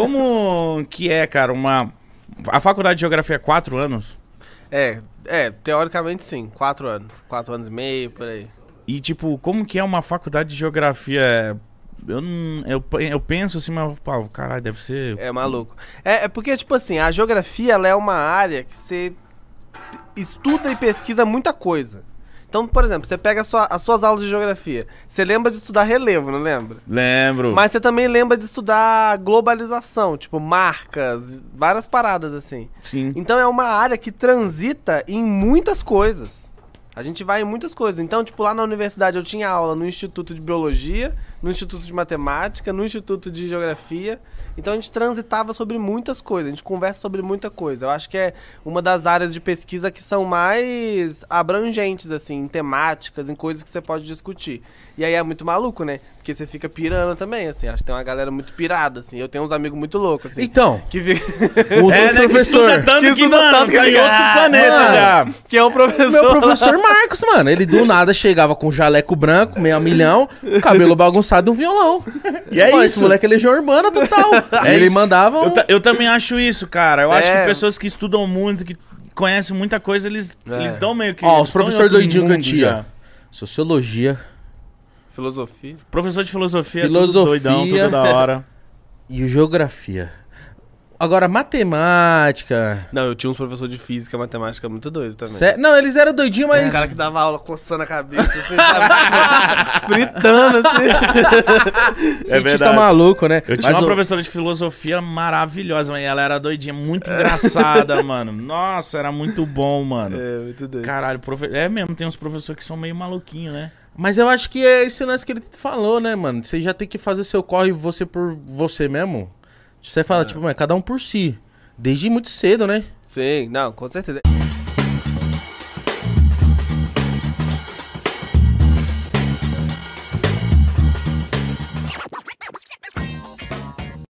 Como que é, cara, uma... A faculdade de Geografia é quatro anos? É, é, teoricamente sim, quatro anos. Quatro anos e meio, por aí. E, tipo, como que é uma faculdade de Geografia? É, Eu, não- eu, pe- eu penso assim, mas, pô, caralho, deve ser... É maluco. É, é porque, tipo assim, a geografia ela é uma área que você estuda e pesquisa muita coisa. Então, por exemplo, você pega a sua- as suas aulas de geografia. Você lembra de estudar relevo, não lembra? Lembro. Mas você também lembra de estudar globalização, tipo marcas, várias paradas assim. Sim. Então é uma área que transita em muitas coisas. A gente vai em muitas coisas. Então, tipo, lá na universidade eu tinha aula no Instituto de Biologia, no Instituto de Matemática, no Instituto de Geografia. Então a gente transitava sobre muitas coisas, a gente conversa sobre muita coisa. Eu acho que é uma das áreas de pesquisa que são mais abrangentes, assim, em temáticas, em coisas que você pode discutir. E aí é muito maluco, né? Porque você fica pirando também, assim. Acho que tem uma galera muito pirada, assim. Eu tenho uns amigos muito loucos, assim. Então, Que fica... o É, né, que professor. estuda tanto que, Que estuda mano, tanto que tá em ele- outro Ah, planeta mano. já. Que é o professor. Meu professor Marcos, mano, ele do nada chegava com um jaleco branco, meio a milhão, cabelo bagunçado e um violão. E é Pô, isso. Esse moleque é legião urbana total. É Aí ele isso. mandava um... Eu, ta- eu também acho isso, cara. Eu acho É. que pessoas que estudam muito, que conhecem muita coisa, eles, É. eles dão meio que. Ó, eles os tão em professores outro doidinhos que eu mundo tinha. já. Sociologia Filosofia. Professor de filosofia, filosofia. tudo Filosofia. doidão, tudo da hora. e geografia. Agora, matemática... Não, eu tinha uns professores de física e matemática muito doidos também. Sé- Não, eles eram doidinhos, Mas... mas... É cara que dava aula coçando a cabeça, assim, sabe? fritando assim. cientista maluco, né? Eu tinha Mas uma o- professora de filosofia maravilhosa, mas ela era doidinha, muito engraçada, mano. Nossa, era muito bom, mano. É, muito doido. Caralho, profe... é mesmo, tem uns professores que são meio maluquinhos, né? Mas eu acho que é esse lance que ele falou, né, mano? Você já tem que fazer seu corre você por você mesmo. É. Você fala, tipo, mano, cada um por si. Desde muito cedo, né? Sim, não, com certeza.